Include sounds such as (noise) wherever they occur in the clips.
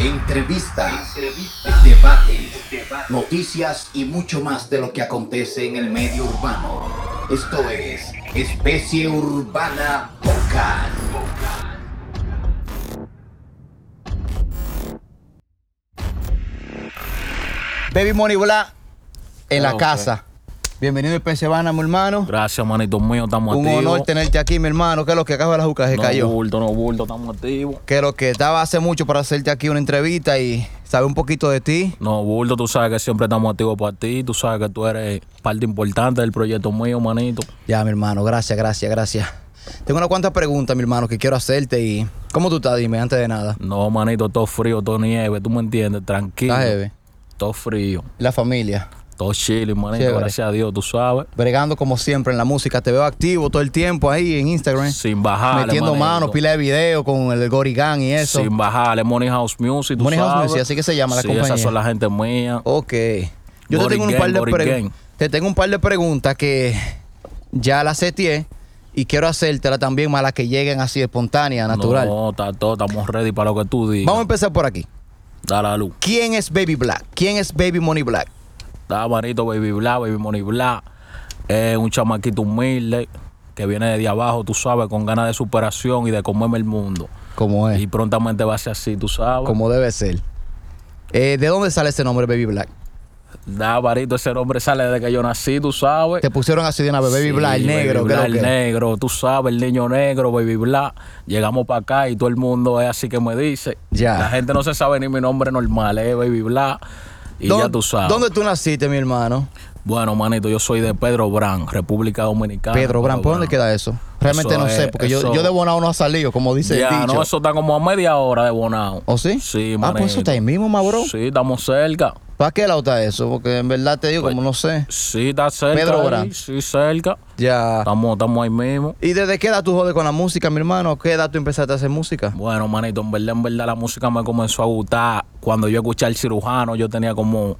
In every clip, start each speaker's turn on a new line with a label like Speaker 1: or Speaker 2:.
Speaker 1: Entrevistas, debates, noticias y mucho más de lo que acontece en el medio urbano. Esto es Especie Urbana Podcast.
Speaker 2: Baby Money Black en la
Speaker 3: Ah, ok.
Speaker 2: casa. Bienvenido a PC Habana, mi hermano.
Speaker 3: Gracias, manito mío, estamos
Speaker 2: Un
Speaker 3: activos.
Speaker 2: honor tenerte aquí, mi hermano. Que es lo que acaba de la juca se
Speaker 3: no
Speaker 2: cayó.
Speaker 3: bulto, no bulto, estamos activos.
Speaker 2: Que lo que estaba hace mucho para hacerte aquí una entrevista y saber un poquito de ti.
Speaker 3: No bulto, tú sabes que siempre estamos activos para ti. Tú sabes que tú eres parte importante del proyecto mío, manito.
Speaker 2: Ya, mi hermano, gracias, gracias, gracias. Tengo unas cuantas preguntas, mi hermano, que quiero hacerte y. ¿Cómo tú estás? Dime, antes de nada.
Speaker 3: No, manito, todo frío, todo nieve, tú me entiendes, tranquilo.
Speaker 2: ¿Estás heavy?
Speaker 3: Todo frío,
Speaker 2: La familia.
Speaker 3: todo chile, manito,
Speaker 2: Chévere.
Speaker 3: gracias a Dios, tú sabes.
Speaker 2: Bregando como siempre en la música. Te veo activo todo el tiempo ahí en Instagram.
Speaker 3: Sin bajarle,
Speaker 2: Eh. metiendo
Speaker 3: manito.
Speaker 2: manos, pila de video con el Gorigán y eso.
Speaker 3: Sin bajarle, Money House Music, tú
Speaker 2: Money House
Speaker 3: sabes.
Speaker 2: Music, así que se llama la
Speaker 3: sí,
Speaker 2: compañía. Oh,
Speaker 3: esas son la gente mía.
Speaker 2: Ok. Yo te
Speaker 3: Body
Speaker 2: tengo, un
Speaker 3: gang,
Speaker 2: par de
Speaker 3: body
Speaker 2: pregu-
Speaker 3: gang.
Speaker 2: te tengo un par de preguntas que ya las seteé y quiero hacértela también más las que lleguen así espontáneas, natural.
Speaker 3: No, está todo, estamos ready para lo que tú digas.
Speaker 2: Vamos a empezar por aquí.
Speaker 3: Da la luz.
Speaker 2: ¿Quién es Baby Black? ¿Quién es Baby Money Black?
Speaker 3: Está Ah, manito, baby bla, baby money bla. Es un chamaquito humilde que viene de abajo, tú sabes, con ganas de superación y de comerme el mundo.
Speaker 2: Como
Speaker 3: Y prontamente va a ser así, tú sabes.
Speaker 2: Como debe ser. Eh, ¿De dónde sale ese nombre Baby Black?
Speaker 3: Da, manito, ese hombre sale desde que yo nací, tú sabes.
Speaker 2: Te pusieron así de una vez, Baby
Speaker 3: Sí,
Speaker 2: Black, el
Speaker 3: Baby
Speaker 2: negro,
Speaker 3: Bla,
Speaker 2: creo
Speaker 3: el
Speaker 2: que.
Speaker 3: negro, tú sabes, el niño negro, baby bla. Llegamos para acá y todo el mundo es así que me dice.
Speaker 2: Ya.
Speaker 3: La gente no se sabe ni mi nombre normal, es baby bla. Y
Speaker 2: ¿Dó-
Speaker 3: ya tú sabes.
Speaker 2: ¿Dónde tú naciste, mi hermano?
Speaker 3: Bueno, manito, yo soy de Pedro Brán, República Dominicana.
Speaker 2: Pedro Brand, ¿por dónde queda eso? Realmente
Speaker 3: Ah, Eso
Speaker 2: no sé,
Speaker 3: es-
Speaker 2: porque yo,
Speaker 3: eso-
Speaker 2: yo de Bonao no ha salido, como dice
Speaker 3: ya,
Speaker 2: el dicho.
Speaker 3: no, eso está como a media hora de Bonao.
Speaker 2: ¿O sí?
Speaker 3: Sí,
Speaker 2: Ah, pues eso
Speaker 3: manito.
Speaker 2: está ahí mismo, ma bro.
Speaker 3: Sí, estamos cerca.
Speaker 2: ¿Para qué lado está eso? Porque en verdad te digo,
Speaker 3: Pues,
Speaker 2: como no sé.
Speaker 3: Sí, está cerca.
Speaker 2: Pedro
Speaker 3: ahí,
Speaker 2: Brán.
Speaker 3: Sí, cerca.
Speaker 2: Ya.
Speaker 3: Estamos, estamos ahí mismo.
Speaker 2: ¿Y desde qué edad tú jodes con la música, mi hermano? ¿Qué edad tú empezaste a hacer música?
Speaker 3: Bueno, manito, en verdad, en verdad, la música me comenzó a gustar. Cuando yo escuché al cirujano, yo tenía como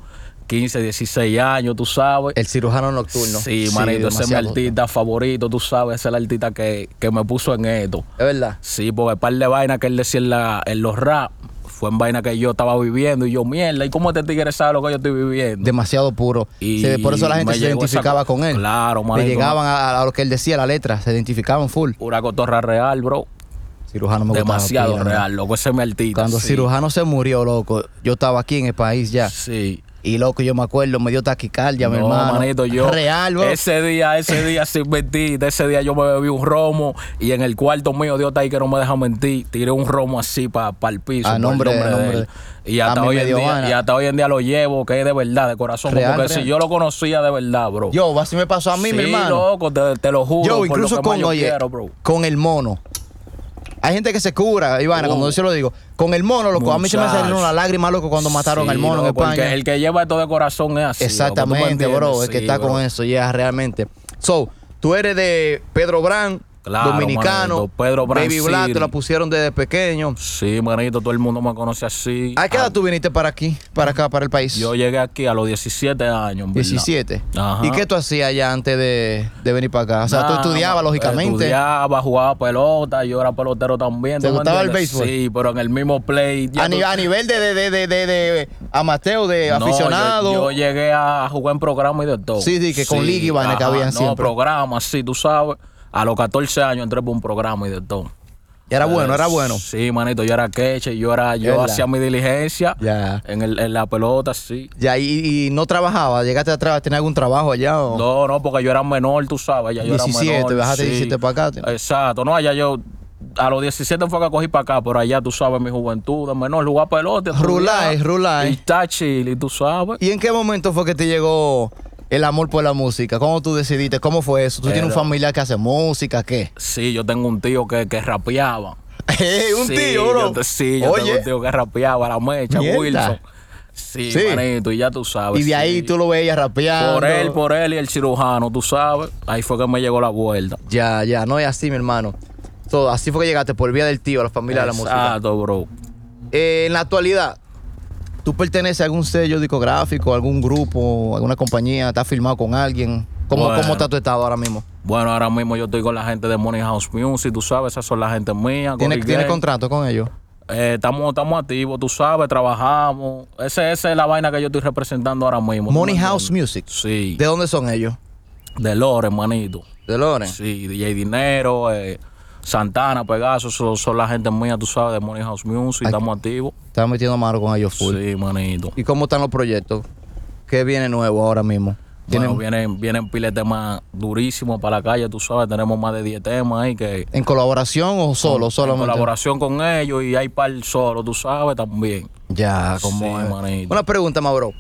Speaker 3: 15, 16 años, tú sabes.
Speaker 2: El cirujano nocturno.
Speaker 3: Sí, manito, ese es mi
Speaker 2: Eh, demasiado.
Speaker 3: artista favorito, tú sabes, ese es el artista que, que me puso en esto.
Speaker 2: Es verdad.
Speaker 3: Sí, porque el par de vainas que él decía en, la- en los rap fue en vaina que yo estaba viviendo y yo, mierda, ¿y cómo este tigre sabe lo que yo estoy viviendo?
Speaker 2: Demasiado puro.
Speaker 3: Y
Speaker 2: Se- por eso la gente
Speaker 3: me
Speaker 2: se
Speaker 3: llegó esa
Speaker 2: identificaba
Speaker 3: co-
Speaker 2: con él.
Speaker 3: Claro,
Speaker 2: Le
Speaker 3: manito,
Speaker 2: llegaban a, a lo que él decía, la letra. Se identificaban full.
Speaker 3: Una cotorra real, bro.
Speaker 2: Cirujano me gustaba
Speaker 3: Demasiado
Speaker 2: pila,
Speaker 3: real,
Speaker 2: ¿no?
Speaker 3: loco. Ese es mi artista.
Speaker 2: Cuando
Speaker 3: sí.
Speaker 2: cirujano se murió, loco, yo estaba aquí en el país ya.
Speaker 3: Sí.
Speaker 2: Y loco, yo me acuerdo, me dio taquicardia, mi
Speaker 3: No,
Speaker 2: hermano.
Speaker 3: manito, yo.
Speaker 2: Real, bro.
Speaker 3: Ese día,
Speaker 2: (laughs)
Speaker 3: ese día sin mentir. Ese día yo me bebí un romo y en el cuarto mío, Dios está ahí que no me deja mentir. Tiré un romo así para el piso.
Speaker 2: A
Speaker 3: por el
Speaker 2: Ah, nombre de-
Speaker 3: de
Speaker 2: nombre
Speaker 3: él.
Speaker 2: de-
Speaker 3: Y
Speaker 2: a
Speaker 3: hasta,
Speaker 2: mí
Speaker 3: hoy
Speaker 2: me
Speaker 3: en
Speaker 2: dio
Speaker 3: día,
Speaker 2: gana.
Speaker 3: y hasta hoy en día lo llevo, que es de verdad, de corazón.
Speaker 2: Real,
Speaker 3: porque
Speaker 2: real.
Speaker 3: si yo lo conocía de verdad, bro.
Speaker 2: Yo, así me pasó a mí, mi
Speaker 3: Sí,
Speaker 2: hermano.
Speaker 3: loco, te, te lo juro.
Speaker 2: Yo,
Speaker 3: por lo
Speaker 2: incluso
Speaker 3: que
Speaker 2: con,
Speaker 3: más yo
Speaker 2: oye,
Speaker 3: quiero, bro.
Speaker 2: con el mono. Hay gente que se cura, Ivana,
Speaker 3: Oh.
Speaker 2: cuando yo lo digo. Con el mono, loco. A mí se me
Speaker 3: Muchacho.
Speaker 2: salieron las lágrimas, loco, cuando mataron
Speaker 3: Sí,
Speaker 2: al mono
Speaker 3: loco,
Speaker 2: en
Speaker 3: el que-
Speaker 2: España.
Speaker 3: El que, lleva esto de corazón es así.
Speaker 2: Exactamente, bro. El que está con
Speaker 3: él.
Speaker 2: eso, ya, realmente. So, tú eres de Pedro Brand,
Speaker 3: Claro,
Speaker 2: dominicano.
Speaker 3: manito, Pedro Brand
Speaker 2: Baby Black,
Speaker 3: City.
Speaker 2: te la pusieron desde pequeño.
Speaker 3: Sí, manito, todo el mundo me conoce así.
Speaker 2: ¿A qué
Speaker 3: Ah,
Speaker 2: edad tú viniste para aquí, para acá, para el país?
Speaker 3: Yo llegué aquí a los 17 años, en ¿verdad?
Speaker 2: 17.
Speaker 3: Ajá.
Speaker 2: ¿Y qué tú hacías allá antes de, de venir para acá? O sea, tú
Speaker 3: Nada,
Speaker 2: estudiabas, lógicamente.
Speaker 3: Estudiaba, jugaba pelota, yo era pelotero también.
Speaker 2: ¿Te
Speaker 3: ¿tú me
Speaker 2: gustaba el
Speaker 3: entiendes?
Speaker 2: béisbol?
Speaker 3: Sí, pero en el mismo play. ya
Speaker 2: A,
Speaker 3: tú-
Speaker 2: ni- a nivel de, de, de, de, de, de amateur, de
Speaker 3: No,
Speaker 2: aficionado.
Speaker 3: Yo, yo llegué a jugar en programa y de todo.
Speaker 2: Sí, sí, que con liga y vaina que habían
Speaker 3: no,
Speaker 2: siempre.
Speaker 3: programas, sí, tú sabes. A los 14 años entré por un programa y de todo.
Speaker 2: Y era bueno, era bueno.
Speaker 3: Sí, manito, yo era queche, yo era, yo
Speaker 2: ¿Verdad?
Speaker 3: hacía mi diligencia
Speaker 2: Ya.
Speaker 3: en, el, en la pelota, sí.
Speaker 2: Ya, y, y no trabajaba, llegaste a trabajar, tenías algún trabajo allá o
Speaker 3: No, no, porque yo era menor, tú sabes, ya yo
Speaker 2: 17,
Speaker 3: era menor.
Speaker 2: bajaste 17 para acá, te-
Speaker 3: Exacto, no, allá yo a los 17 fue que cogí para acá, pero allá tú sabes mi juventud, de menor, jugar pelota. estudiar,
Speaker 2: Rulay, rulay.
Speaker 3: Y está chile, tú sabes.
Speaker 2: ¿Y en qué momento fue que te llegó el amor por la música? ¿Cómo tú decidiste? ¿Cómo fue eso? ¿Tú tienes un
Speaker 3: Pero-
Speaker 2: familiar que hace música? ¿Qué? (laughs)
Speaker 3: Sí, yo tengo un tío que, que rapeaba.
Speaker 2: Eh, un
Speaker 3: Sí,
Speaker 2: tío, bro.
Speaker 3: yo te- sí, yo
Speaker 2: Oye,
Speaker 3: tengo un tío que rapeaba la mecha,
Speaker 2: Mierda.
Speaker 3: Wilson. Sí,
Speaker 2: Sí.
Speaker 3: manito, y ya tú sabes.
Speaker 2: y de ahí
Speaker 3: sí.
Speaker 2: tú lo veías rapeando.
Speaker 3: Por él, por él y el cirujano, tú sabes. Ahí fue que me llegó la vuelta.
Speaker 2: Ya, ya, no es así, mi hermano. So, así fue que llegaste por vía del tío a la familia de la música.
Speaker 3: Exacto, bro.
Speaker 2: Eh, en la actualidad, ¿tú perteneces a algún sello discográfico, algún grupo, alguna compañía? ¿Estás firmado con alguien? ¿Cómo,
Speaker 3: Bueno.
Speaker 2: ¿Cómo está tu estado ahora mismo?
Speaker 3: Bueno, ahora mismo yo estoy con la gente de Money House Music, tú sabes, esas son la gente mía.
Speaker 2: ¿Tienes,
Speaker 3: Corey
Speaker 2: tienes
Speaker 3: Gray.
Speaker 2: contrato con ellos?
Speaker 3: Eh, estamos, estamos activos, tú sabes, trabajamos. Ese- esa es la vaina que yo estoy representando ahora mismo. ¿tú
Speaker 2: Money
Speaker 3: me
Speaker 2: House
Speaker 3: entiendes?
Speaker 2: Music.
Speaker 3: Sí.
Speaker 2: ¿De dónde son ellos?
Speaker 3: De Lore, manito.
Speaker 2: ¿De Loren?
Speaker 3: Sí, DJ Dinero, eh, Santana, Pegaso, son, son la gente mía, tú sabes, de Money House Music, estamos activos.
Speaker 2: Estaba metiendo mano con ellos full.
Speaker 3: Sí, manito.
Speaker 2: ¿Y cómo están los proyectos? ¿Qué viene nuevo ahora mismo? ¿Tienen-
Speaker 3: Bueno, vienen, vienen piles de temas durísimos para la calle, tú sabes, tenemos más de 10 temas ahí que
Speaker 2: ¿En colaboración o solo? solamente?
Speaker 3: en colaboración con ellos y hay par solo, tú sabes, también.
Speaker 2: Ya, como
Speaker 3: Sí,
Speaker 2: es.
Speaker 3: manito.
Speaker 2: Una pregunta, Mauro.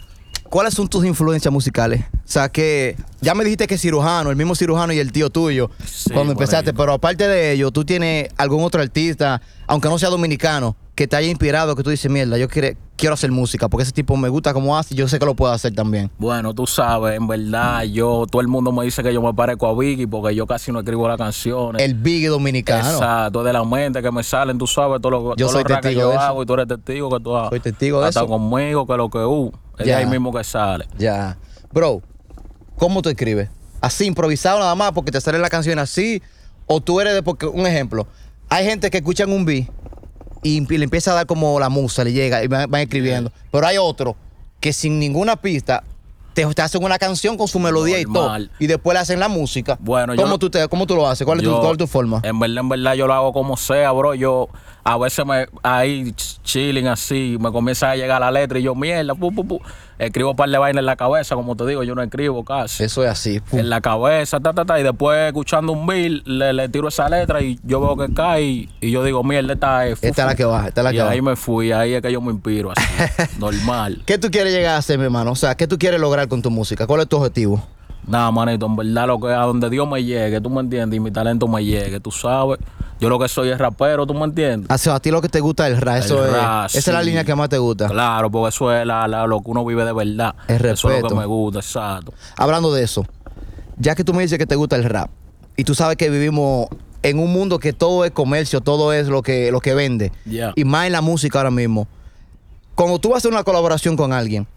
Speaker 2: ¿Cuáles son tus influencias musicales? O sea, que ya me dijiste que cirujano, el mismo cirujano y el tío tuyo,
Speaker 3: Sí,
Speaker 2: cuando empezaste,
Speaker 3: manito.
Speaker 2: pero aparte de ello, ¿tú tienes algún otro artista, aunque no sea dominicano, que te haya inspirado, que tú dices, mierda, yo quiere- quiero hacer música, porque ese tipo me gusta como hace, yo sé que lo puedo hacer también?
Speaker 3: Bueno, tú sabes, en verdad, yo, todo el mundo me dice que yo me parezco a Vicky porque yo casi no escribo las canciones.
Speaker 2: El Big dominicano.
Speaker 3: Exacto, de la mente que me salen, tú sabes, todo lo,
Speaker 2: Yo
Speaker 3: todo
Speaker 2: soy
Speaker 3: lo rap que
Speaker 2: testigo
Speaker 3: yo
Speaker 2: de eso.
Speaker 3: hago y tú eres testigo que tú has
Speaker 2: Soy testigo de
Speaker 3: has estado
Speaker 2: eso.
Speaker 3: conmigo, que lo que uh, es de
Speaker 2: Ya.
Speaker 3: ahí mismo que sale.
Speaker 2: Ya. Bro, ¿cómo tú escribes? ¿Así improvisado nada más porque te sale la canción así? ¿O tú eres de porque, un ejemplo? Hay gente que escuchan un beat y empi- le empieza a dar como la musa, le llega y van, van escribiendo.
Speaker 3: Eh.
Speaker 2: Pero hay otro que sin ninguna pista te, te hacen una canción con su melodía y
Speaker 3: Normal.
Speaker 2: todo. Y después le hacen la música.
Speaker 3: Bueno, yo
Speaker 2: ¿Cómo,
Speaker 3: no-
Speaker 2: tú te, ¿Cómo tú lo haces? ¿Cuál, es, tu,
Speaker 3: Yo,
Speaker 2: cuál es tu forma?
Speaker 3: En verdad, en verdad, yo lo hago como sea, bro. Yo a veces me ahí ch- chilling así, me comienza a llegar la letra y yo, mierda, pu, pu, pu. escribo un par de vainas en la cabeza, como te digo, yo no escribo casi.
Speaker 2: Eso es así. pum.
Speaker 3: En la cabeza, ta, ta, ta, y después escuchando un beat, le, le tiro esa letra y yo veo que cae y, y yo digo, mierda, esta es. fu,
Speaker 2: Esta es la
Speaker 3: fu".
Speaker 2: que baja, esta es la
Speaker 3: y
Speaker 2: que
Speaker 3: ahí
Speaker 2: baja.
Speaker 3: me fui, ahí es que yo me inspiro
Speaker 2: (laughs)
Speaker 3: así, normal.
Speaker 2: ¿Qué tú quieres llegar a hacer, mi hermano? O sea, ¿qué tú quieres lograr con tu música? ¿Cuál es tu objetivo?
Speaker 3: Nada, manito, en verdad lo que a donde Dios me llegue, tú me entiendes, y mi talento me llegue, tú sabes. Yo lo que soy es rapero, tú me entiendes.
Speaker 2: Hacia Ah, a ti lo que te gusta es el rap, eso
Speaker 3: El
Speaker 2: es-
Speaker 3: rap,
Speaker 2: esa es la
Speaker 3: sí.
Speaker 2: línea que más te gusta.
Speaker 3: Claro, porque eso es la, la- lo que uno vive de verdad.
Speaker 2: El
Speaker 3: Eso es lo
Speaker 2: respeto.
Speaker 3: que me gusta, exacto.
Speaker 2: Hablando de eso, ya que tú me dices que te gusta el rap y tú sabes que vivimos en un mundo que todo es comercio, todo es lo que, lo que vende
Speaker 3: Ya.
Speaker 2: y más en la música ahora mismo. Cuando tú vas a hacer una colaboración con alguien,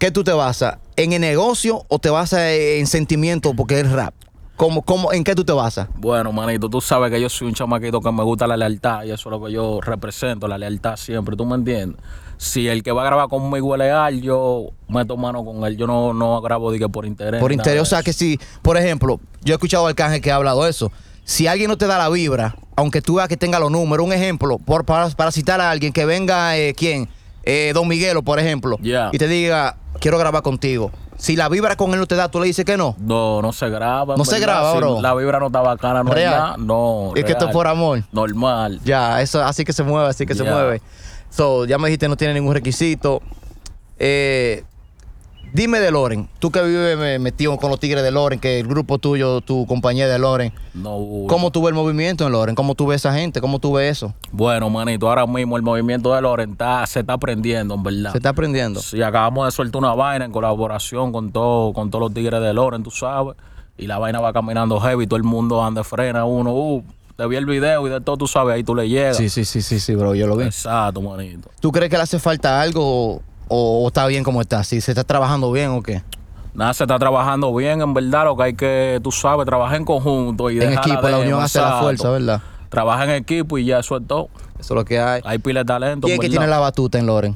Speaker 2: ¿qué tú te basas? ¿En el negocio o te basas en sentimiento porque es rap? ¿Cómo, cómo, ¿En qué tú te basas?
Speaker 3: Bueno, manito, tú sabes que yo soy un chamaquito que me gusta la lealtad y eso es lo que yo represento, la lealtad siempre, ¿tú me entiendes? Si el que va a grabar conmigo es leal, yo meto mano con él. Yo no, no grabo diga, por interés.
Speaker 2: Por
Speaker 3: nada
Speaker 2: interior, o
Speaker 3: de
Speaker 2: sea que si, por ejemplo, yo he escuchado a Arcángel que ha hablado eso. Si alguien no te da la vibra, aunque tú veas que tenga los números, un ejemplo, por, para, para citar a alguien que venga, eh, ¿quién? Eh, Don Miguelo, por ejemplo,
Speaker 3: Ya.
Speaker 2: y te diga, quiero grabar contigo. Si la vibra con él no te da, tú le dices que no.
Speaker 3: No, no se graba. en
Speaker 2: No se
Speaker 3: verdad.
Speaker 2: graba,
Speaker 3: Si
Speaker 2: bro.
Speaker 3: La vibra no está bacana, no
Speaker 2: Real.
Speaker 3: es nada. No.
Speaker 2: Es que esto
Speaker 3: real.
Speaker 2: es por amor.
Speaker 3: Normal.
Speaker 2: Ya, eso, así que se mueve, así que se
Speaker 3: Ya.
Speaker 2: mueve. So, ya me dijiste, no tiene ningún requisito. Eh, dime de Loren, tú que vives eh, metido con los tigres de Loren, que el grupo tuyo, tu compañía de Loren.
Speaker 3: No.
Speaker 2: ¿Cómo tú ves el movimiento en Loren? ¿Cómo tú ves esa gente? ¿Cómo tú ves eso?
Speaker 3: Bueno, manito, ahora mismo el movimiento de Loren está- se está prendiendo, en verdad.
Speaker 2: Se está aprendiendo.
Speaker 3: Sí, acabamos de soltar una vaina en colaboración con todo, con todos los tigres de Loren, tú sabes. Y la vaina va caminando heavy, todo el mundo anda frena, uno, uh, te vi el video y de todo, tú sabes, ahí tú le llegas.
Speaker 2: sí, sí, sí, sí, bro, yo lo
Speaker 3: Exacto, manito.
Speaker 2: Pues, ¿Tú crees que le hace falta algo o, o está bien como está? ¿Si se está trabajando bien o qué?
Speaker 3: Nada, se está trabajando bien, en verdad, lo que hay que, tú sabes, trabajar en conjunto y
Speaker 2: En
Speaker 3: dejar
Speaker 2: equipo, la
Speaker 3: dema,
Speaker 2: unión hace la
Speaker 3: exacto.
Speaker 2: fuerza, ¿verdad?
Speaker 3: Trabaja en equipo y ya eso es todo.
Speaker 2: Eso es lo que hay.
Speaker 3: Hay pila de talento.
Speaker 2: ¿Quién es que
Speaker 3: ¿verdad?
Speaker 2: tiene la batuta en Loren?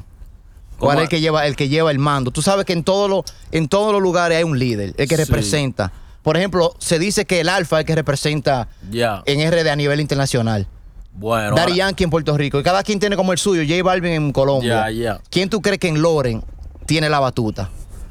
Speaker 2: ¿Cuál
Speaker 3: ¿Cómo?
Speaker 2: es el que lleva el que lleva el mando? Tú sabes que en todos los en todos los lugares hay un líder, el que
Speaker 3: Sí.
Speaker 2: representa. Por ejemplo, se dice que el alfa es el que representa
Speaker 3: Ya.
Speaker 2: en RD a nivel internacional.
Speaker 3: Bueno.
Speaker 2: Daddy
Speaker 3: ahora-
Speaker 2: Yankee en Puerto Rico. Y cada quien tiene como el suyo. J Balvin en Colombia.
Speaker 3: Ya, ya.
Speaker 2: ¿Quién tú crees que en Loren tiene la batuta?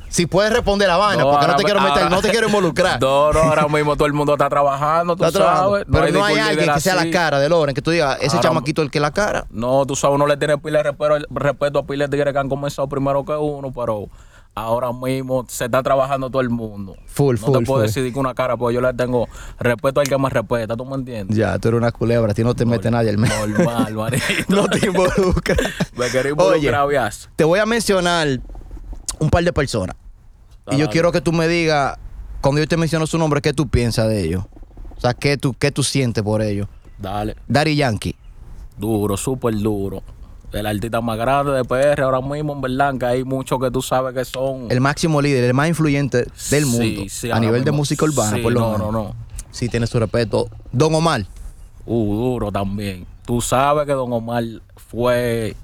Speaker 2: Si puedes responder la vaina, porque no
Speaker 3: ahora-
Speaker 2: te quiero meter,
Speaker 3: ahora-
Speaker 2: no te quiero involucrar.
Speaker 3: (laughs) No, no, ahora mismo todo el mundo
Speaker 2: (laughs)
Speaker 3: está trabajando, tú
Speaker 2: Está trabajando.
Speaker 3: sabes.
Speaker 2: Pero no hay
Speaker 3: ningún
Speaker 2: alguien
Speaker 3: líder
Speaker 2: que sea la
Speaker 3: así.
Speaker 2: cara de Loren, que tú digas, ese
Speaker 3: Ahora-
Speaker 2: chamaquito el que es la cara.
Speaker 3: No, tú sabes, uno le tiene pila de respeto, respeto a pila de tigres que han comenzado primero que uno, pero ahora mismo se está trabajando todo el mundo.
Speaker 2: Full,
Speaker 3: no
Speaker 2: full,
Speaker 3: te puedo
Speaker 2: full.
Speaker 3: decir que una cara, porque yo le tengo respeto al que me respeta, ¿tú
Speaker 2: (laughs)
Speaker 3: me entiendes?
Speaker 2: Ya, tú eres una culebra, a ti no te mete nadie el mes.
Speaker 3: Normal, marito.
Speaker 2: (laughs) No te involucras.
Speaker 3: Me quería
Speaker 2: Oye,
Speaker 3: involucrar, viazo.
Speaker 2: te voy a mencionar un par de personas. Y yo
Speaker 3: Dale.
Speaker 2: quiero que tú me digas, cuando yo te menciono su nombre, ¿qué tú piensas de ellos? O sea, ¿qué tú, qué tú sientes por ellos?
Speaker 3: Dale,
Speaker 2: Daddy Yankee.
Speaker 3: duro, súper duro. El artista más grande de PR ahora mismo, en verdad, que hay muchos que tú sabes que son...
Speaker 2: el máximo líder, el más influyente del
Speaker 3: Sí,
Speaker 2: mundo
Speaker 3: sí,
Speaker 2: a
Speaker 3: ahora
Speaker 2: nivel de
Speaker 3: mismo.
Speaker 2: música urbana,
Speaker 3: Sí,
Speaker 2: por lo
Speaker 3: no,
Speaker 2: menos.
Speaker 3: no, no.
Speaker 2: Sí, tiene su respeto. Don Omar,
Speaker 3: Uh, duro también. tú sabes que Don Omar fue.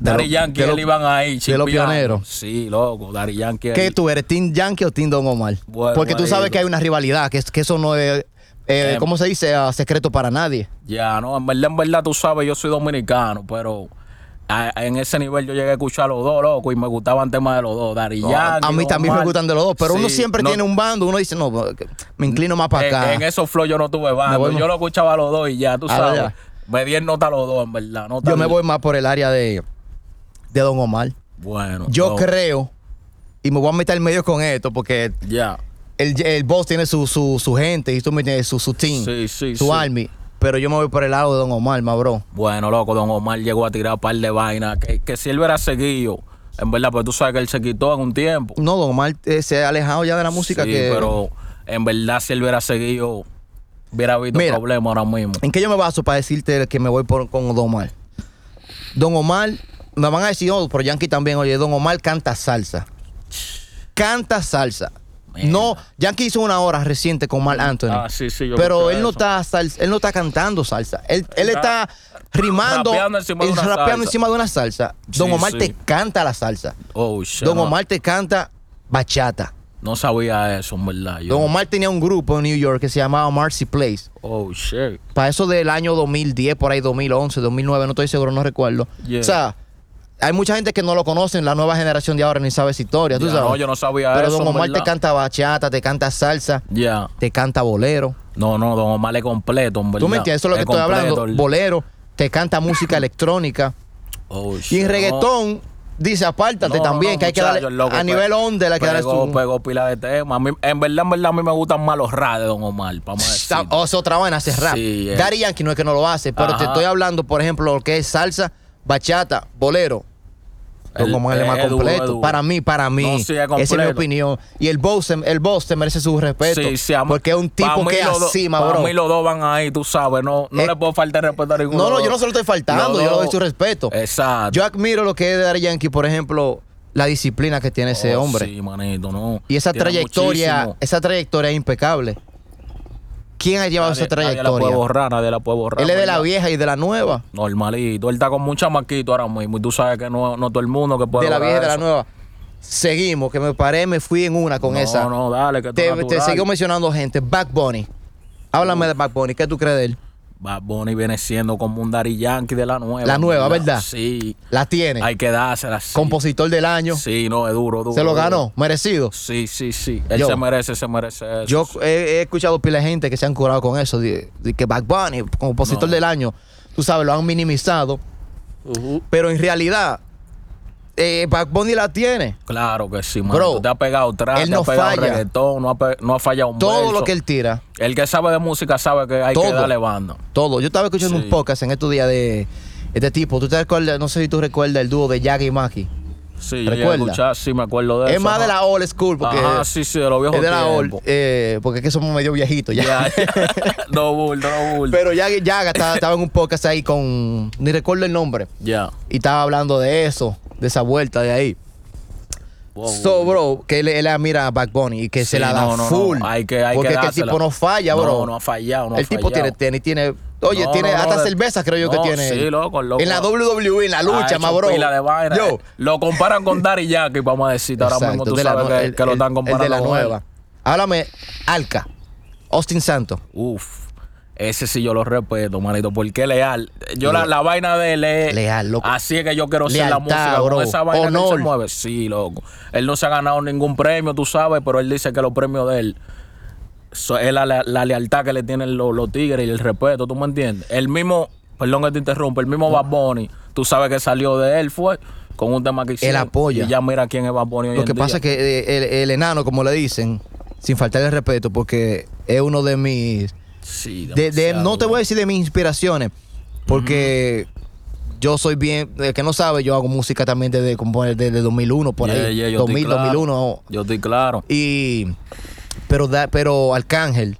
Speaker 3: Dari
Speaker 2: lo-
Speaker 3: Yankee,
Speaker 2: de lo-
Speaker 3: él iban ahí.
Speaker 2: de los
Speaker 3: chimpeando.
Speaker 2: pioneros.
Speaker 3: Sí, loco, Dari Yankee.
Speaker 2: ¿Qué
Speaker 3: ahí.
Speaker 2: tú eres, Team Yankee o Team Don Omar?
Speaker 3: Bueno,
Speaker 2: Porque tú
Speaker 3: ahí
Speaker 2: sabes
Speaker 3: tú-
Speaker 2: que hay una rivalidad, que, es- que eso no es, eh,
Speaker 3: Em.
Speaker 2: ¿cómo se dice? Ah, secreto para nadie.
Speaker 3: Ya, no, en verdad, en verdad, tú sabes, yo soy dominicano, pero a- en ese nivel yo llegué a escuchar a los dos, loco, y me gustaban temas de los dos, Dari Yankee,
Speaker 2: a mí
Speaker 3: Don
Speaker 2: también me
Speaker 3: Omar.
Speaker 2: gustan de los dos, pero uno
Speaker 3: Sí,
Speaker 2: siempre
Speaker 3: no-
Speaker 2: tiene un bando, uno dice, no, pues, me inclino más para
Speaker 3: en,
Speaker 2: acá.
Speaker 3: en esos flow yo no tuve
Speaker 2: Me
Speaker 3: bando.
Speaker 2: voy-
Speaker 3: Yo lo escuchaba a los dos y ya, tú
Speaker 2: Ah,
Speaker 3: sabes.
Speaker 2: ya.
Speaker 3: Me di en nota a los dos, en verdad. nota
Speaker 2: Yo me
Speaker 3: al-
Speaker 2: voy más por el área de, de Don Omar.
Speaker 3: Bueno.
Speaker 2: Yo
Speaker 3: no,
Speaker 2: creo, y me voy a meter en medio con esto, porque
Speaker 3: Ya.
Speaker 2: el, el boss tiene su, su, su gente y tú me tienes su, su team,
Speaker 3: Sí, sí,
Speaker 2: su
Speaker 3: sí.
Speaker 2: army, pero yo me voy por el lado de Don Omar, ma bro.
Speaker 3: Bueno, loco, Don Omar llegó a tirar un par de vainas. Que, que si él hubiera seguido, en verdad, pues tú sabes que él se quitó en un tiempo.
Speaker 2: No, Don Omar eh, se ha alejado ya de la música
Speaker 3: sí,
Speaker 2: que...
Speaker 3: pero en verdad, si él hubiera seguido, hubiera habido
Speaker 2: Mira.
Speaker 3: problema ahora mismo.
Speaker 2: ¿En qué yo me baso para decirte que me voy por, con Don Omar? Don Omar, me van a decir, oh, pero Yankee también, oye, Don Omar canta salsa. Canta salsa.
Speaker 3: Mierda.
Speaker 2: No, Yankee hizo una hora reciente con Mal Anthony.
Speaker 3: Ah, sí, sí, yo
Speaker 2: pero
Speaker 3: escuché
Speaker 2: él no
Speaker 3: eso.
Speaker 2: está sals- él no está cantando salsa. Él, él
Speaker 3: Está
Speaker 2: está rimando
Speaker 3: rapeando encima de
Speaker 2: y
Speaker 3: una
Speaker 2: rapeando
Speaker 3: salsa.
Speaker 2: encima de una salsa. Don
Speaker 3: Sí,
Speaker 2: Omar
Speaker 3: sí.
Speaker 2: te canta la salsa.
Speaker 3: Oh, shit.
Speaker 2: Don
Speaker 3: no-
Speaker 2: Omar te canta bachata.
Speaker 3: No sabía eso, en verdad. yo.
Speaker 2: Don Omar tenía un grupo en New York que se llamaba Marcy Place
Speaker 3: Oh, shit.
Speaker 2: para eso del año 2010, por ahí 2011, 2009, no estoy seguro, no recuerdo.
Speaker 3: Yeah.
Speaker 2: O sea, hay mucha gente que no lo conocen, la nueva generación de ahora ni sabe esa historia, tú
Speaker 3: Ya,
Speaker 2: sabes.
Speaker 3: no, yo no sabía
Speaker 2: Pero
Speaker 3: eso,
Speaker 2: Don Omar te
Speaker 3: ¿verdad?
Speaker 2: canta bachata, te canta salsa,
Speaker 3: Ya.
Speaker 2: te canta bolero.
Speaker 3: No, no, Don Omar es completo, en verdad.
Speaker 2: ¿Tú me entiendes? Eso es lo que
Speaker 3: Es
Speaker 2: estoy hablando.
Speaker 3: completo.
Speaker 2: Bolero, te canta música electrónica.
Speaker 3: Oh,
Speaker 2: Y en
Speaker 3: shit, no.
Speaker 2: reggaetón, dice apártate
Speaker 3: No,
Speaker 2: también,
Speaker 3: no,
Speaker 2: que hay que
Speaker 3: muchacho,
Speaker 2: darle
Speaker 3: el loco
Speaker 2: a
Speaker 3: pe-
Speaker 2: nivel onda, hay que darle
Speaker 3: pegó,
Speaker 2: su...
Speaker 3: pegó pila de temas. A mí- En verdad, en verdad, a mí me gustan más los rap de Don Omar, vamos a decir.
Speaker 2: Sa- O sea, oh, otra vaina, hace rap.
Speaker 3: Sí, eh.
Speaker 2: Daddy Yankee no es que no lo hace, pero te
Speaker 3: Ajá.
Speaker 2: estoy hablando, por ejemplo, lo que es salsa, bachata, bolero. Don
Speaker 3: El-
Speaker 2: Omar es más
Speaker 3: es duro,
Speaker 2: completo.
Speaker 3: es duro.
Speaker 2: Para mí, para mí.
Speaker 3: No, sí,
Speaker 2: esa
Speaker 3: es
Speaker 2: es mi
Speaker 3: completo.
Speaker 2: opinión. Y el boss, se- el boss se merece su respeto.
Speaker 3: Sí, sí, a mí-
Speaker 2: porque es un
Speaker 3: pa'
Speaker 2: tipo
Speaker 3: mí
Speaker 2: que es
Speaker 3: los dos-
Speaker 2: así, ma,
Speaker 3: pa'
Speaker 2: bro.
Speaker 3: mí los dos van ahí, tú sabes. No, no
Speaker 2: Eh,
Speaker 3: le puedo faltar respeto a ninguno.
Speaker 2: No,
Speaker 3: de
Speaker 2: no,
Speaker 3: los
Speaker 2: yo no se lo estoy
Speaker 3: dos.
Speaker 2: faltando.
Speaker 3: Los
Speaker 2: yo le doy
Speaker 3: dos.
Speaker 2: su respeto.
Speaker 3: Exacto.
Speaker 2: Yo admiro lo que es Daddy Yankee, por ejemplo, la disciplina que tiene ese
Speaker 3: Oh,
Speaker 2: hombre.
Speaker 3: Sí, manito, no.
Speaker 2: Y esa
Speaker 3: Tiene
Speaker 2: trayectoria,
Speaker 3: muchísimo.
Speaker 2: esa trayectoria es impecable. ¿Quién ha llevado
Speaker 3: Nadie-
Speaker 2: esa trayectoria?
Speaker 3: Nadie la puede borrar, nadie la puede borrar.
Speaker 2: Él es de la
Speaker 3: ¿verdad?
Speaker 2: vieja y de la nueva.
Speaker 3: Normalito. Él está con un chamaquito ahora mismo. Y tú sabes que no, no todo el mundo que puede
Speaker 2: de la vieja
Speaker 3: lograr
Speaker 2: y de la
Speaker 3: eso.
Speaker 2: nueva. Seguimos, que me paré, me fui en una con
Speaker 3: no,
Speaker 2: esa.
Speaker 3: No, dale, que
Speaker 2: te,
Speaker 3: te,
Speaker 2: te sigo mencionando gente. Back Bunny. Háblame de Back Bunny. ¿Qué tú crees de él?
Speaker 3: Bad Bunny viene siendo como un Dari Yankee de la nueva.
Speaker 2: La nueva,
Speaker 3: ¿verdad?
Speaker 2: ¿verdad?
Speaker 3: Sí.
Speaker 2: La tiene.
Speaker 3: Hay que dársela. Sí.
Speaker 2: Compositor del año.
Speaker 3: Sí, no, es duro, duro.
Speaker 2: se lo
Speaker 3: duro.
Speaker 2: ganó. Merecido.
Speaker 3: Sí, sí, sí. Él
Speaker 2: Yo-
Speaker 3: se merece, se merece eso.
Speaker 2: Yo he, he escuchado pila de gente que se han curado con eso. De, de que Back Bunny, compositor
Speaker 3: No.
Speaker 2: del año. Tú sabes, lo han minimizado. Pero en realidad, eh, Back Bunny la tiene.
Speaker 3: Claro que sí,
Speaker 2: Bro,
Speaker 3: mano. Te ha pegado trap,
Speaker 2: él
Speaker 3: te
Speaker 2: no
Speaker 3: ha pegado
Speaker 2: falla.
Speaker 3: reggaetón, no ha, pe- no ha fallado un
Speaker 2: Todo
Speaker 3: verso.
Speaker 2: lo que él tira.
Speaker 3: El que sabe de música sabe que hay
Speaker 2: Todo.
Speaker 3: que darle banda.
Speaker 2: Todo. Yo estaba escuchando
Speaker 3: Sí.
Speaker 2: un podcast en estos días de este tipo. ¿Tú te recuerdas? No sé si tú recuerdas el dúo de Yagi y Maki.
Speaker 3: Sí, yo llegué a
Speaker 2: ¿Recuerda?
Speaker 3: escuchar, sí, me acuerdo de
Speaker 2: Es
Speaker 3: Pues eso.
Speaker 2: más de
Speaker 3: ajá.
Speaker 2: la old school, porque
Speaker 3: Ajá, sí, sí, de los viejos
Speaker 2: es de la old,
Speaker 3: tiempos.
Speaker 2: eh, porque es que somos medio viejitos ya.
Speaker 3: Ya,
Speaker 2: (laughs)
Speaker 3: ya. No bulto, no bulto.
Speaker 2: Pero Yagi Yaga estaba, estaba en un podcast ahí con, ni recuerdo el nombre,
Speaker 3: Ya.
Speaker 2: y estaba hablando de eso, de esa vuelta de ahí.
Speaker 3: Wow,
Speaker 2: so, bro, que él, él admira a Back Bunny y que se
Speaker 3: Sí,
Speaker 2: la da
Speaker 3: no, no, no.
Speaker 2: full.
Speaker 3: Hay que, hay
Speaker 2: porque
Speaker 3: que
Speaker 2: es que el
Speaker 3: dársela.
Speaker 2: tipo no falla, bro.
Speaker 3: No, no ha fallado, no ha
Speaker 2: el tipo tiene
Speaker 3: fallado.
Speaker 2: tenis, tiene. Oye,
Speaker 3: No,
Speaker 2: tiene
Speaker 3: no, no,
Speaker 2: hasta
Speaker 3: de-
Speaker 2: cerveza, creo yo que
Speaker 3: no,
Speaker 2: tiene.
Speaker 3: sí, loco, el loco
Speaker 2: En la
Speaker 3: ha-
Speaker 2: WWE, en la lucha,
Speaker 3: Ha
Speaker 2: más
Speaker 3: hecho
Speaker 2: bro.
Speaker 3: pila de vaina.
Speaker 2: Yo.
Speaker 3: Lo comparan con Daddy Yankee, vamos a decirte ahora mismo.
Speaker 2: Exacto,
Speaker 3: Tú
Speaker 2: de la
Speaker 3: sabes
Speaker 2: nue-
Speaker 3: que,
Speaker 2: el-
Speaker 3: que lo están
Speaker 2: el- el
Speaker 3: comparando
Speaker 2: de la
Speaker 3: con él.
Speaker 2: nueva. Háblame, Alca, Austin Santos.
Speaker 3: Uf. Ese sí yo lo respeto, manito, porque es leal. Yo la, la vaina de él es-
Speaker 2: Leal, loco.
Speaker 3: Así es que yo quiero ser la
Speaker 2: Lealtad,
Speaker 3: música.
Speaker 2: bro.
Speaker 3: Con esa vaina que él
Speaker 2: Honor.
Speaker 3: se mueve. Sí, loco. Él no se ha ganado ningún premio, tú sabes, pero él dice que los premios de él so- es la, la- la lealtad que le tienen los, los tigres y el respeto, ¿tú me entiendes? El mismo, perdón que te interrumpa, el mismo Bad Bunny, tú sabes que salió de él, fue con un tema que hicieron.
Speaker 2: apoya.
Speaker 3: Y ya mira quién es Bad Bunny hoy
Speaker 2: Lo
Speaker 3: en
Speaker 2: que
Speaker 3: día.
Speaker 2: pasa es que eh, el, el enano, como le dicen, sin faltar el respeto, porque es uno de mis.
Speaker 3: Sí,
Speaker 2: de- de-
Speaker 3: demasiado,
Speaker 2: no te
Speaker 3: bro.
Speaker 2: voy a decir de mis inspiraciones, porque yo soy bien. El que no sabe, yo hago música también desde, como desde 2001, por
Speaker 3: Yeah,
Speaker 2: ahí.
Speaker 3: yeah, yo estoy
Speaker 2: 2000,
Speaker 3: claro.
Speaker 2: 2001.
Speaker 3: Yo estoy claro.
Speaker 2: oh. Y. Pero, da- pero Arcángel,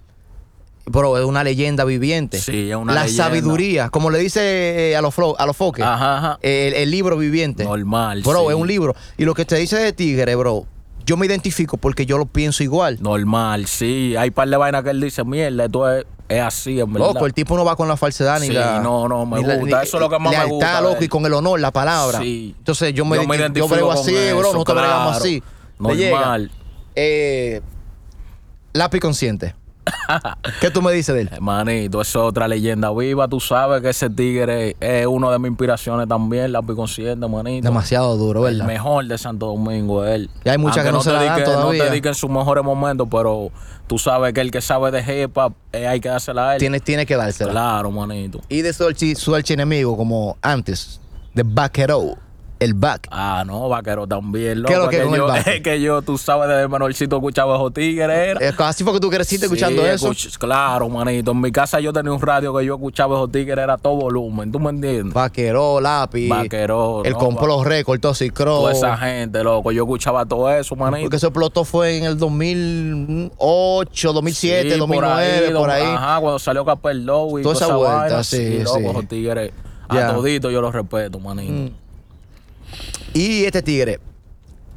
Speaker 2: bro, es una leyenda viviente.
Speaker 3: Sí, es una
Speaker 2: La
Speaker 3: leyenda.
Speaker 2: sabiduría, como le dice eh, a los, flo- a los foques.
Speaker 3: Ajá, ajá.
Speaker 2: El, el libro viviente.
Speaker 3: Normal,
Speaker 2: Bro,
Speaker 3: sí.
Speaker 2: es un libro. Y lo que te dice de Tigre, bro, yo me identifico porque yo lo pienso igual.
Speaker 3: Normal, sí. Hay par de vainas que él dice, mierda, esto es, es así, en verdad.
Speaker 2: Loco, el tipo no va con la falsedad ni
Speaker 3: Sí,
Speaker 2: la.
Speaker 3: no, no, me
Speaker 2: ni la-
Speaker 3: gusta.
Speaker 2: ni-
Speaker 3: Eso es lo que más me
Speaker 2: lealtad,
Speaker 3: gusta de
Speaker 2: loco,
Speaker 3: él.
Speaker 2: y con el honor, la palabra.
Speaker 3: Sí.
Speaker 2: Entonces yo me,
Speaker 3: Yo me
Speaker 2: yo
Speaker 3: identifico
Speaker 2: brego
Speaker 3: con
Speaker 2: así, bro,
Speaker 3: eso,
Speaker 2: nosotros bregamos
Speaker 3: claro.
Speaker 2: así. Le llega.
Speaker 3: Normal.
Speaker 2: Eh, lápiz
Speaker 3: (laughs)
Speaker 2: consciente. ¿Qué tú me dices de él?
Speaker 3: Manito, eso es otra leyenda viva. Tú sabes que ese tigre es uno de mis inspiraciones también, la consciente, manito.
Speaker 2: Demasiado duro,
Speaker 3: El
Speaker 2: ¿verdad?
Speaker 3: mejor de Santo Domingo es él.
Speaker 2: Y hay muchas que no se
Speaker 3: te
Speaker 2: la dan
Speaker 3: dedique-
Speaker 2: todavía.
Speaker 3: No te dediquen sus mejores momentos, pero tú sabes que el que sabe de hip hop, eh, hay que dársela a él.
Speaker 2: Tiene, tiene que dársela.
Speaker 3: Claro, manito.
Speaker 2: Y de su, archi, su archienemigo, como antes, de Vaquero, el Back.
Speaker 3: Ah, no, vaquero
Speaker 2: ¿Qué
Speaker 3: también,
Speaker 2: es lo
Speaker 3: loco.
Speaker 2: que
Speaker 3: que,
Speaker 2: con el
Speaker 3: yo, (laughs)
Speaker 2: vaquero?
Speaker 3: es que yo, tú sabes, desde menorcito escuchaba Bajo Tigre, era.
Speaker 2: Eh, Así fue que tú creciste escuchando
Speaker 3: Sí,
Speaker 2: eso.
Speaker 3: escuch- claro, manito. En mi casa yo tenía un radio que yo escuchaba Bajo Tigre, era todo volumen, ¿tú me entiendes?
Speaker 2: Vaquero, lápiz.
Speaker 3: Vaquero,
Speaker 2: El
Speaker 3: no,
Speaker 2: complot récord, Toxicro.
Speaker 3: Toda esa gente, loco. Yo escuchaba todo eso, manito.
Speaker 2: Porque eso explotó fue en el 2008, 2007,
Speaker 3: Sí,
Speaker 2: 2009, por ahí.
Speaker 3: Ajá, cuando salió Capel Low y
Speaker 2: Toda
Speaker 3: toda
Speaker 2: esa
Speaker 3: esa
Speaker 2: vuelta,
Speaker 3: vaina,
Speaker 2: sí,
Speaker 3: sí,
Speaker 2: sí.
Speaker 3: loco, esos tigres.
Speaker 2: Ya. Mm.
Speaker 3: A todito yo los respeto, manito.
Speaker 2: Y este tigre,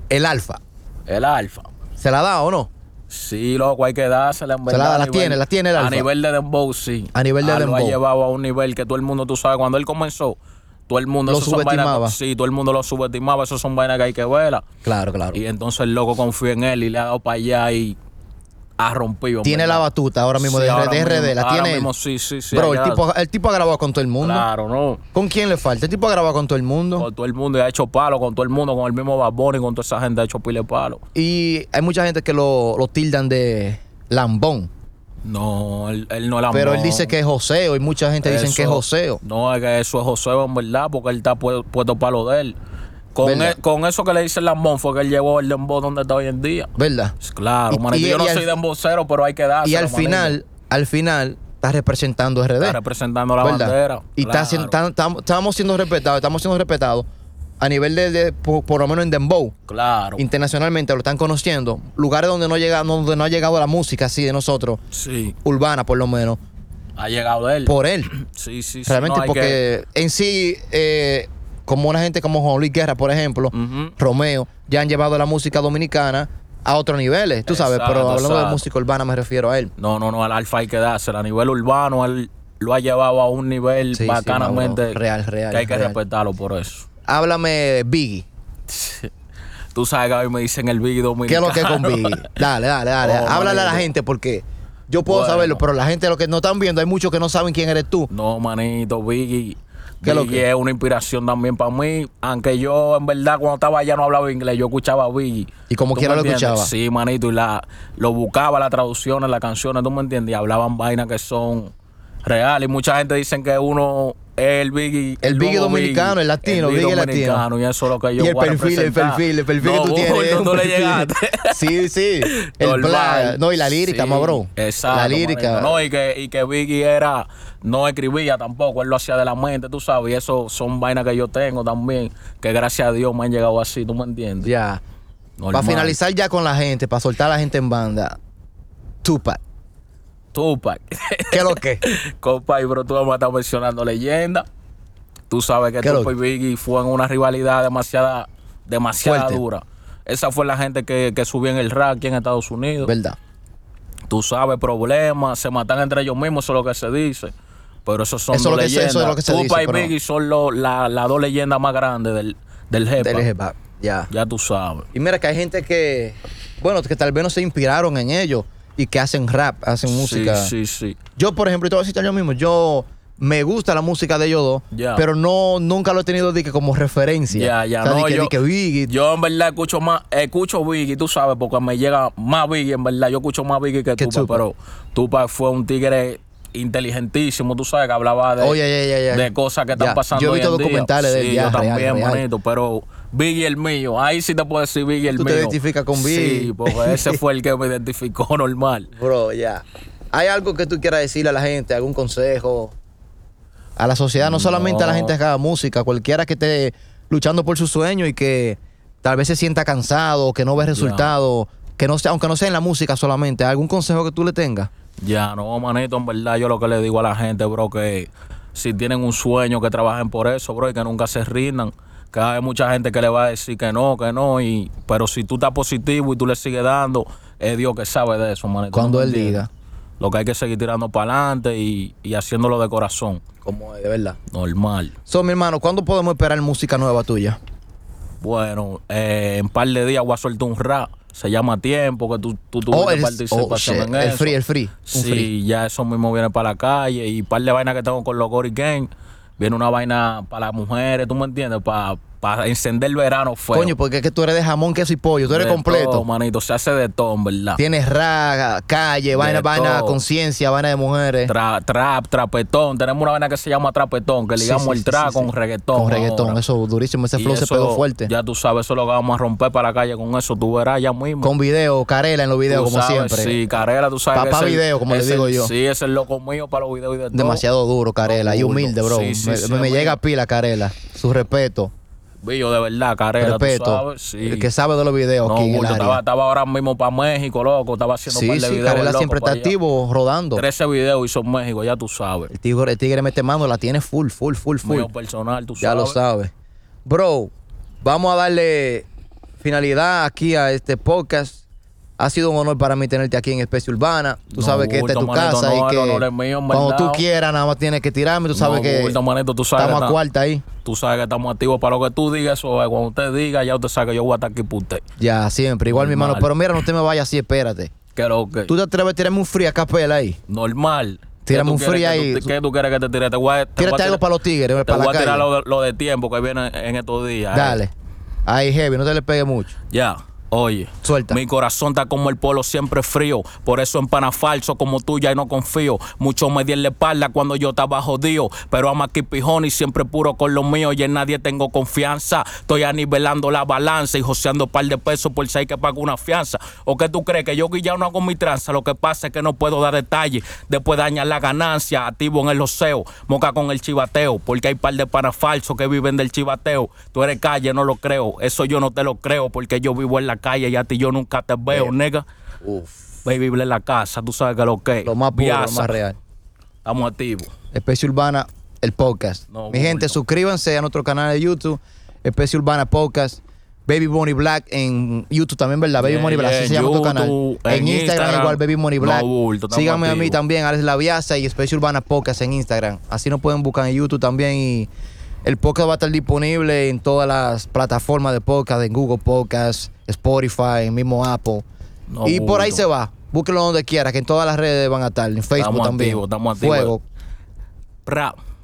Speaker 2: el Alfa,
Speaker 3: El alfa.
Speaker 2: ¿se la da o no?
Speaker 3: Sí, loco, hay que dársela en verdad.
Speaker 2: la-
Speaker 3: a
Speaker 2: la tiene, la tiene el
Speaker 3: A
Speaker 2: Alfa.
Speaker 3: nivel de Dembow, sí.
Speaker 2: A nivel de
Speaker 3: Ah, Lo ha
Speaker 2: dembow.
Speaker 3: llevado a un nivel que todo el mundo, tú sabes, cuando él comenzó, todo el mundo...
Speaker 2: Lo
Speaker 3: esas son vainas-
Speaker 2: subestimaba.
Speaker 3: Sí, todo el mundo lo subestimaba. Esas son vainas que hay que verla.
Speaker 2: Claro, claro.
Speaker 3: Y entonces el loco confía en él y le ha dado para allá y ha rompido. en
Speaker 2: tiene la
Speaker 3: verdad.
Speaker 2: batuta ahora mismo
Speaker 3: Sí,
Speaker 2: de,
Speaker 3: ahora
Speaker 2: RD, RD, la
Speaker 3: mismo- ahora
Speaker 2: tiene. él.
Speaker 3: mismo sí, sí, sí,
Speaker 2: Bro,
Speaker 3: allá.
Speaker 2: el tipo, el tipo ha grabado con todo el mundo.
Speaker 3: Claro, no.
Speaker 2: ¿Con quién le falta? El tipo ha grabado con todo el mundo.
Speaker 3: Con todo el mundo, y ha hecho palo con todo el mundo, con el mismo Bad Bunny, con toda esa gente, ha hecho pile palo.
Speaker 2: Y hay mucha gente que lo, lo tildan de lambón.
Speaker 3: No, él, él no la
Speaker 2: Pero él dice que es joseo y mucha gente dicen que es joseo.
Speaker 3: No, es que eso es joseo en verdad, porque él está pu- puesto palo de él. Con,
Speaker 2: ¿Verdad?
Speaker 3: e- con eso que le dice el Lambón fue que él llevó el dembow donde está hoy en día.
Speaker 2: ¿Verdad?
Speaker 3: Claro,
Speaker 2: Y-
Speaker 3: manito,
Speaker 2: y-
Speaker 3: yo no
Speaker 2: y al-
Speaker 3: soy dembocero, pero hay que darse.
Speaker 2: Y al final, al final, está representando RD.
Speaker 3: Está representando la
Speaker 2: ¿verdad?
Speaker 3: bandera.
Speaker 2: Y está
Speaker 3: claro.
Speaker 2: siendo- tan- tam- estamos siendo respetados, estamos siendo respetados a nivel de, de- por, por lo menos en Dembow.
Speaker 3: Claro.
Speaker 2: Internacionalmente lo están conociendo. Lugares donde no, llega, donde no ha llegado la música así de nosotros,
Speaker 3: Sí,
Speaker 2: urbana por lo menos,
Speaker 3: ha llegado él.
Speaker 2: por él.
Speaker 3: sí, sí, sí.
Speaker 2: Realmente
Speaker 3: no, hay que-
Speaker 2: porque en sí, eh, como una gente como Juan Luis Guerra, por ejemplo,
Speaker 3: Ujú.
Speaker 2: Romeo, ya han llevado la música dominicana a otros niveles, tú sabes,
Speaker 3: Exacto,
Speaker 2: pero hablando de
Speaker 3: exacto.
Speaker 2: música urbana me refiero a él.
Speaker 3: No, no, no, al Alfa hay que dársela. A nivel urbano, él lo ha llevado a un nivel
Speaker 2: Sí, sí,
Speaker 3: bacanamente.
Speaker 2: Mauro, real, real,
Speaker 3: Que hay que
Speaker 2: real.
Speaker 3: respetarlo por eso.
Speaker 2: Háblame Biggie.
Speaker 3: Tú sabes que a mí me dicen el Big
Speaker 2: ¿Qué es
Speaker 3: Dominicano. (laughs)
Speaker 2: lo que es con Biggie? Dale, dale, dale.
Speaker 3: Oh,
Speaker 2: Háblale a la
Speaker 3: manito.
Speaker 2: gente porque yo puedo
Speaker 3: Bueno.
Speaker 2: saberlo, pero la gente lo que no están viendo, hay muchos que no saben quién eres tú.
Speaker 3: No, manito, Biggie.
Speaker 2: ¿Qué es lo
Speaker 3: Biggie
Speaker 2: que?
Speaker 3: es una inspiración también para mí. Aunque yo, en verdad, cuando estaba allá no hablaba inglés, yo escuchaba a Biggie.
Speaker 2: Y como
Speaker 3: ¿Tú
Speaker 2: quiera
Speaker 3: me
Speaker 2: lo
Speaker 3: entiendes?
Speaker 2: escuchaba.
Speaker 3: Sí, manito, y la, lo buscaba, las traducciones, las canciones, ¿tú me entiendes? Y hablaban vainas que son reales. Y mucha gente dicen que uno es el Biggie.
Speaker 2: El Biggie
Speaker 3: nuevo
Speaker 2: dominicano, el latino,
Speaker 3: Biggie
Speaker 2: Biggie latino.
Speaker 3: dominicano, Y eso es lo que yo
Speaker 2: y el
Speaker 3: voy a
Speaker 2: perfil, el
Speaker 3: representar.
Speaker 2: perfil, el perfil
Speaker 3: No,
Speaker 2: que tú
Speaker 3: Google,
Speaker 2: tienes.
Speaker 3: no, no
Speaker 2: un
Speaker 3: le
Speaker 2: perfil.
Speaker 3: llegaste.
Speaker 2: (laughs) Sí, sí. El
Speaker 3: (laughs) Normal.
Speaker 2: plan. No, y la lírica,
Speaker 3: Sí,
Speaker 2: más bro.
Speaker 3: Exacto.
Speaker 2: La lírica.
Speaker 3: marico. No, y que, y que Biggie era, no escribía tampoco, él lo hacía de la mente, tú sabes, y eso son vainas que yo tengo también, que gracias a Dios me han llegado así, tú me entiendes.
Speaker 2: Ya.
Speaker 3: Normal.
Speaker 2: Para finalizar ya con la gente, para soltar a la gente en banda. Tupac.
Speaker 3: Tupac, (laughs)
Speaker 2: ¿Qué es lo que?
Speaker 3: compa, y bro, tú me estás mencionando leyenda. Tú sabes que
Speaker 2: Qué
Speaker 3: Tupac y
Speaker 2: loco.
Speaker 3: Biggie fueron una rivalidad demasiada, demasiada
Speaker 2: Fuerte.
Speaker 3: dura. Esa fue la gente que, que subió en el rap aquí en Estados Unidos.
Speaker 2: ¿Verdad?
Speaker 3: tú sabes, problemas, se matan entre ellos mismos, eso es lo que se dice. Pero esos son
Speaker 2: Eso es
Speaker 3: dos
Speaker 2: lo que se-
Speaker 3: leyendas.
Speaker 2: eso es lo que se
Speaker 3: Tupac
Speaker 2: dice,
Speaker 3: y
Speaker 2: pero-
Speaker 3: Biggie son lo- la- las dos leyendas más grandes del, del hip
Speaker 2: Del
Speaker 3: hop.
Speaker 2: hip hop. Ya.
Speaker 3: Ya tú sabes.
Speaker 2: Y mira que hay gente que, bueno, que tal vez no se inspiraron en ellos y que hacen rap, hacen música.
Speaker 3: Sí, sí, sí.
Speaker 2: Yo, por ejemplo, y te voy a decir yo mismo, yo me gusta la música de ellos dos,
Speaker 3: Ya.
Speaker 2: pero no, nunca lo he tenido de que como referencia.
Speaker 3: Ya, ya,
Speaker 2: O sea, de
Speaker 3: no,
Speaker 2: que,
Speaker 3: yo,
Speaker 2: de que Biggie,
Speaker 3: yo en verdad escucho más, escucho Biggie, tú sabes, porque me llega más Biggie, en verdad, yo escucho más Biggie que
Speaker 2: Que
Speaker 3: Tupac,
Speaker 2: Tupac.
Speaker 3: pero Tupac fue un tigre inteligentísimo, tú sabes, que hablaba de,
Speaker 2: Oye, ya, ya, ya.
Speaker 3: de cosas que están
Speaker 2: Ya,
Speaker 3: pasando
Speaker 2: yo he
Speaker 3: hoy
Speaker 2: visto
Speaker 3: en día.
Speaker 2: documentales de él,
Speaker 3: Sí,
Speaker 2: ya,
Speaker 3: yo
Speaker 2: real,
Speaker 3: también,
Speaker 2: real.
Speaker 3: manito, pero Biggie el mío, ahí sí te puedo decir Biggie el
Speaker 2: Tú te
Speaker 3: mío.
Speaker 2: identificas con Biggie.
Speaker 3: Sí, porque ese fue el que me identificó (laughs) normal.
Speaker 2: bro, ya. ¿Hay algo que tú quieras decirle a la gente, algún consejo? A la sociedad, no solamente a la
Speaker 3: No.
Speaker 2: gente que haga música, cualquiera que esté luchando por su sueño y que tal vez se sienta cansado, que no ve resultados, que no sea, aunque no sea en la música solamente, ¿algún consejo que tú le tengas?
Speaker 3: Ya, no, manito, en verdad, yo lo que le digo a la gente, bro, que si tienen un sueño, que trabajen por eso, bro, y que nunca se rindan. Que hay mucha gente que le va a decir que no, que no, y pero si tú estás positivo y tú le sigues dando, es Dios que sabe de eso, manito.
Speaker 2: Cuando
Speaker 3: ¿no me
Speaker 2: él
Speaker 3: entiendes?
Speaker 2: diga.
Speaker 3: Lo que hay que seguir tirando para adelante y, y haciéndolo de corazón,
Speaker 2: Como es, de verdad.
Speaker 3: normal.
Speaker 2: So, mi hermano, ¿cuándo podemos esperar música nueva tuya?
Speaker 3: Bueno, eh, en par de días voy a soltar un rap. Se llama Tiempo, que tú, tú tuviste
Speaker 2: el, oh, shit,
Speaker 3: participación en
Speaker 2: el
Speaker 3: eso.
Speaker 2: free, el free. un
Speaker 3: Sí,
Speaker 2: free.
Speaker 3: ya eso mismo viene para la calle. Y par de vainas que tengo con los Gory Gang. Viene una vaina para las mujeres, ¿tú me entiendes? Para encender el verano fuego.
Speaker 2: Coño, porque es que tú eres de jamón, queso y pollo. Tú eres
Speaker 3: De
Speaker 2: completo.
Speaker 3: todo, manito, se hace de todo, en ¿verdad?
Speaker 2: Tienes raga, calle, vaina, vaina,
Speaker 3: todo.
Speaker 2: conciencia, vaina de mujeres.
Speaker 3: Tra- trap, trapetón. Tenemos una vaina que se llama trapetón, que
Speaker 2: Sí,
Speaker 3: ligamos
Speaker 2: sí, sí,
Speaker 3: el trap
Speaker 2: sí,
Speaker 3: con
Speaker 2: sí.
Speaker 3: reggaetón.
Speaker 2: Con reggaetón,
Speaker 3: ahora.
Speaker 2: eso durísimo. Ese
Speaker 3: Y
Speaker 2: flow se
Speaker 3: eso,
Speaker 2: pegó fuerte.
Speaker 3: Ya tú sabes, eso es lo que vamos a romper para la calle con eso. Tú verás ya mismo.
Speaker 2: Con video, carela en los videos,
Speaker 3: Tú
Speaker 2: como
Speaker 3: sabes,
Speaker 2: siempre.
Speaker 3: Sí, Carela, tú sabes. que
Speaker 2: Papá
Speaker 3: es el-
Speaker 2: video, como le
Speaker 3: es el-
Speaker 2: digo yo.
Speaker 3: Sí, es el loco mío para los videos y de todo.
Speaker 2: Demasiado duro, Carela. Y
Speaker 3: Duro.
Speaker 2: humilde, bro.
Speaker 3: Sí, sí,
Speaker 2: me
Speaker 3: sí,
Speaker 2: me- me
Speaker 3: amigo.
Speaker 2: llega a pila, Carela. Su respeto.
Speaker 3: Billo, de verdad, Carela, tú
Speaker 2: Respeto.
Speaker 3: sabes. Sí.
Speaker 2: El que sabe de los videos
Speaker 3: no,
Speaker 2: aquí en el
Speaker 3: bulto,
Speaker 2: área.
Speaker 3: estaba, estaba ahora mismo para México, loco. Estaba haciendo un par
Speaker 2: sí,
Speaker 3: de
Speaker 2: sí,
Speaker 3: videos.
Speaker 2: Carela
Speaker 3: loco,
Speaker 2: siempre está
Speaker 3: para allá.
Speaker 2: activo, rodando.
Speaker 3: 13 videos hizo en México, ya tú sabes.
Speaker 2: El tigre, el tigre mete mano, la tiene full, full, full, full.
Speaker 3: Mío personal, tú
Speaker 2: Ya lo sabes. Bro, vamos a darle finalidad aquí a este podcast. Ha sido un honor para mí tenerte aquí en Especie Urbana. Tú
Speaker 3: No,
Speaker 2: sabes que esta es tu
Speaker 3: bulto, manito,
Speaker 2: casa
Speaker 3: no,
Speaker 2: y
Speaker 3: el
Speaker 2: que
Speaker 3: honor es mío, en
Speaker 2: cuando tú
Speaker 3: verdad.
Speaker 2: quieras nada más tienes que tirarme. Tú sabes
Speaker 3: No,
Speaker 2: que
Speaker 3: bulto, manito, tú sabes,
Speaker 2: estamos a
Speaker 3: está-
Speaker 2: cuarta ahí.
Speaker 3: Tú sabes que estamos activos para lo que tú digas, eso es. Cuando usted diga, ya usted sabe que yo voy a estar aquí por usted.
Speaker 2: Ya, siempre. Igual, mi hermano.
Speaker 3: Normal.
Speaker 2: Pero mira, no te me vayas así, espérate.
Speaker 3: Que lo que.
Speaker 2: ¿Tú te atreves a tirarme un free a capela ahí?
Speaker 3: normal.
Speaker 2: Tírame
Speaker 3: ¿Qué tú
Speaker 2: un free
Speaker 3: quieres que
Speaker 2: ahí.
Speaker 3: tú- ¿Qué tú quieres que te tire? Te voy a, te voy a
Speaker 2: Tírate
Speaker 3: tirar-
Speaker 2: algo para los tigres,
Speaker 3: Te
Speaker 2: para
Speaker 3: voy
Speaker 2: la
Speaker 3: a
Speaker 2: calle.
Speaker 3: tirar lo, de- lo de tiempo que viene en estos días. eh.
Speaker 2: Dale. Ahí, heavy, no te le pegues mucho.
Speaker 3: Ya. Oye,
Speaker 2: Suelta.
Speaker 3: mi corazón está como el polo siempre frío, por eso en pana falso como tú ya no confío. Mucho me di en la espalda cuando yo estaba jodido, pero ama aquí pijón y siempre puro con lo mío y en nadie tengo confianza. Estoy anivelando la balanza y joseando un par de pesos por si hay que pagar una fianza. ¿O qué tú crees que yo guillado no hago mi tranza? Lo que pasa es que no puedo dar detalles, después dañar la ganancia, activo en el oseo, moca con el chivateo, porque hay par de panas falsos que viven del chivateo. Tú eres calle, no lo creo, eso yo no te lo creo, porque yo vivo en la calle y a ti yo nunca te veo, nega. Baby, vive en la casa, tú sabes que lo que es.
Speaker 2: Lo más puro, lo
Speaker 3: Piazza,
Speaker 2: más real.
Speaker 3: Estamos activos.
Speaker 2: Especie Urbana, el podcast.
Speaker 3: No,
Speaker 2: Mi gente,
Speaker 3: bulto.
Speaker 2: suscríbanse a nuestro canal de YouTube, Especie Urbana Podcast. Baby Money Black en YouTube también, ¿verdad? Baby
Speaker 3: Yeah,
Speaker 2: Money Black,
Speaker 3: yeah,
Speaker 2: así se llama tu
Speaker 3: YouTube,
Speaker 2: canal. En
Speaker 3: en
Speaker 2: Instagram
Speaker 3: Instagram,
Speaker 2: igual Baby Money
Speaker 3: no
Speaker 2: Black.
Speaker 3: bulto, estamos
Speaker 2: Síganme a mí
Speaker 3: activos.
Speaker 2: también, Alex Laviaza y Especie Urbana Podcast en Instagram. Así nos pueden buscar en YouTube también y el podcast va a estar disponible en todas las plataformas de podcast, en Google Podcast, Spotify, en mismo Apple.
Speaker 3: No
Speaker 2: y por ahí
Speaker 3: bulto.
Speaker 2: se va. Búsquenlo donde quiera, que en todas las redes van a estar, en Facebook
Speaker 3: Estamos
Speaker 2: también.
Speaker 3: activos, estamos activos.
Speaker 2: Fuego.
Speaker 3: Rap.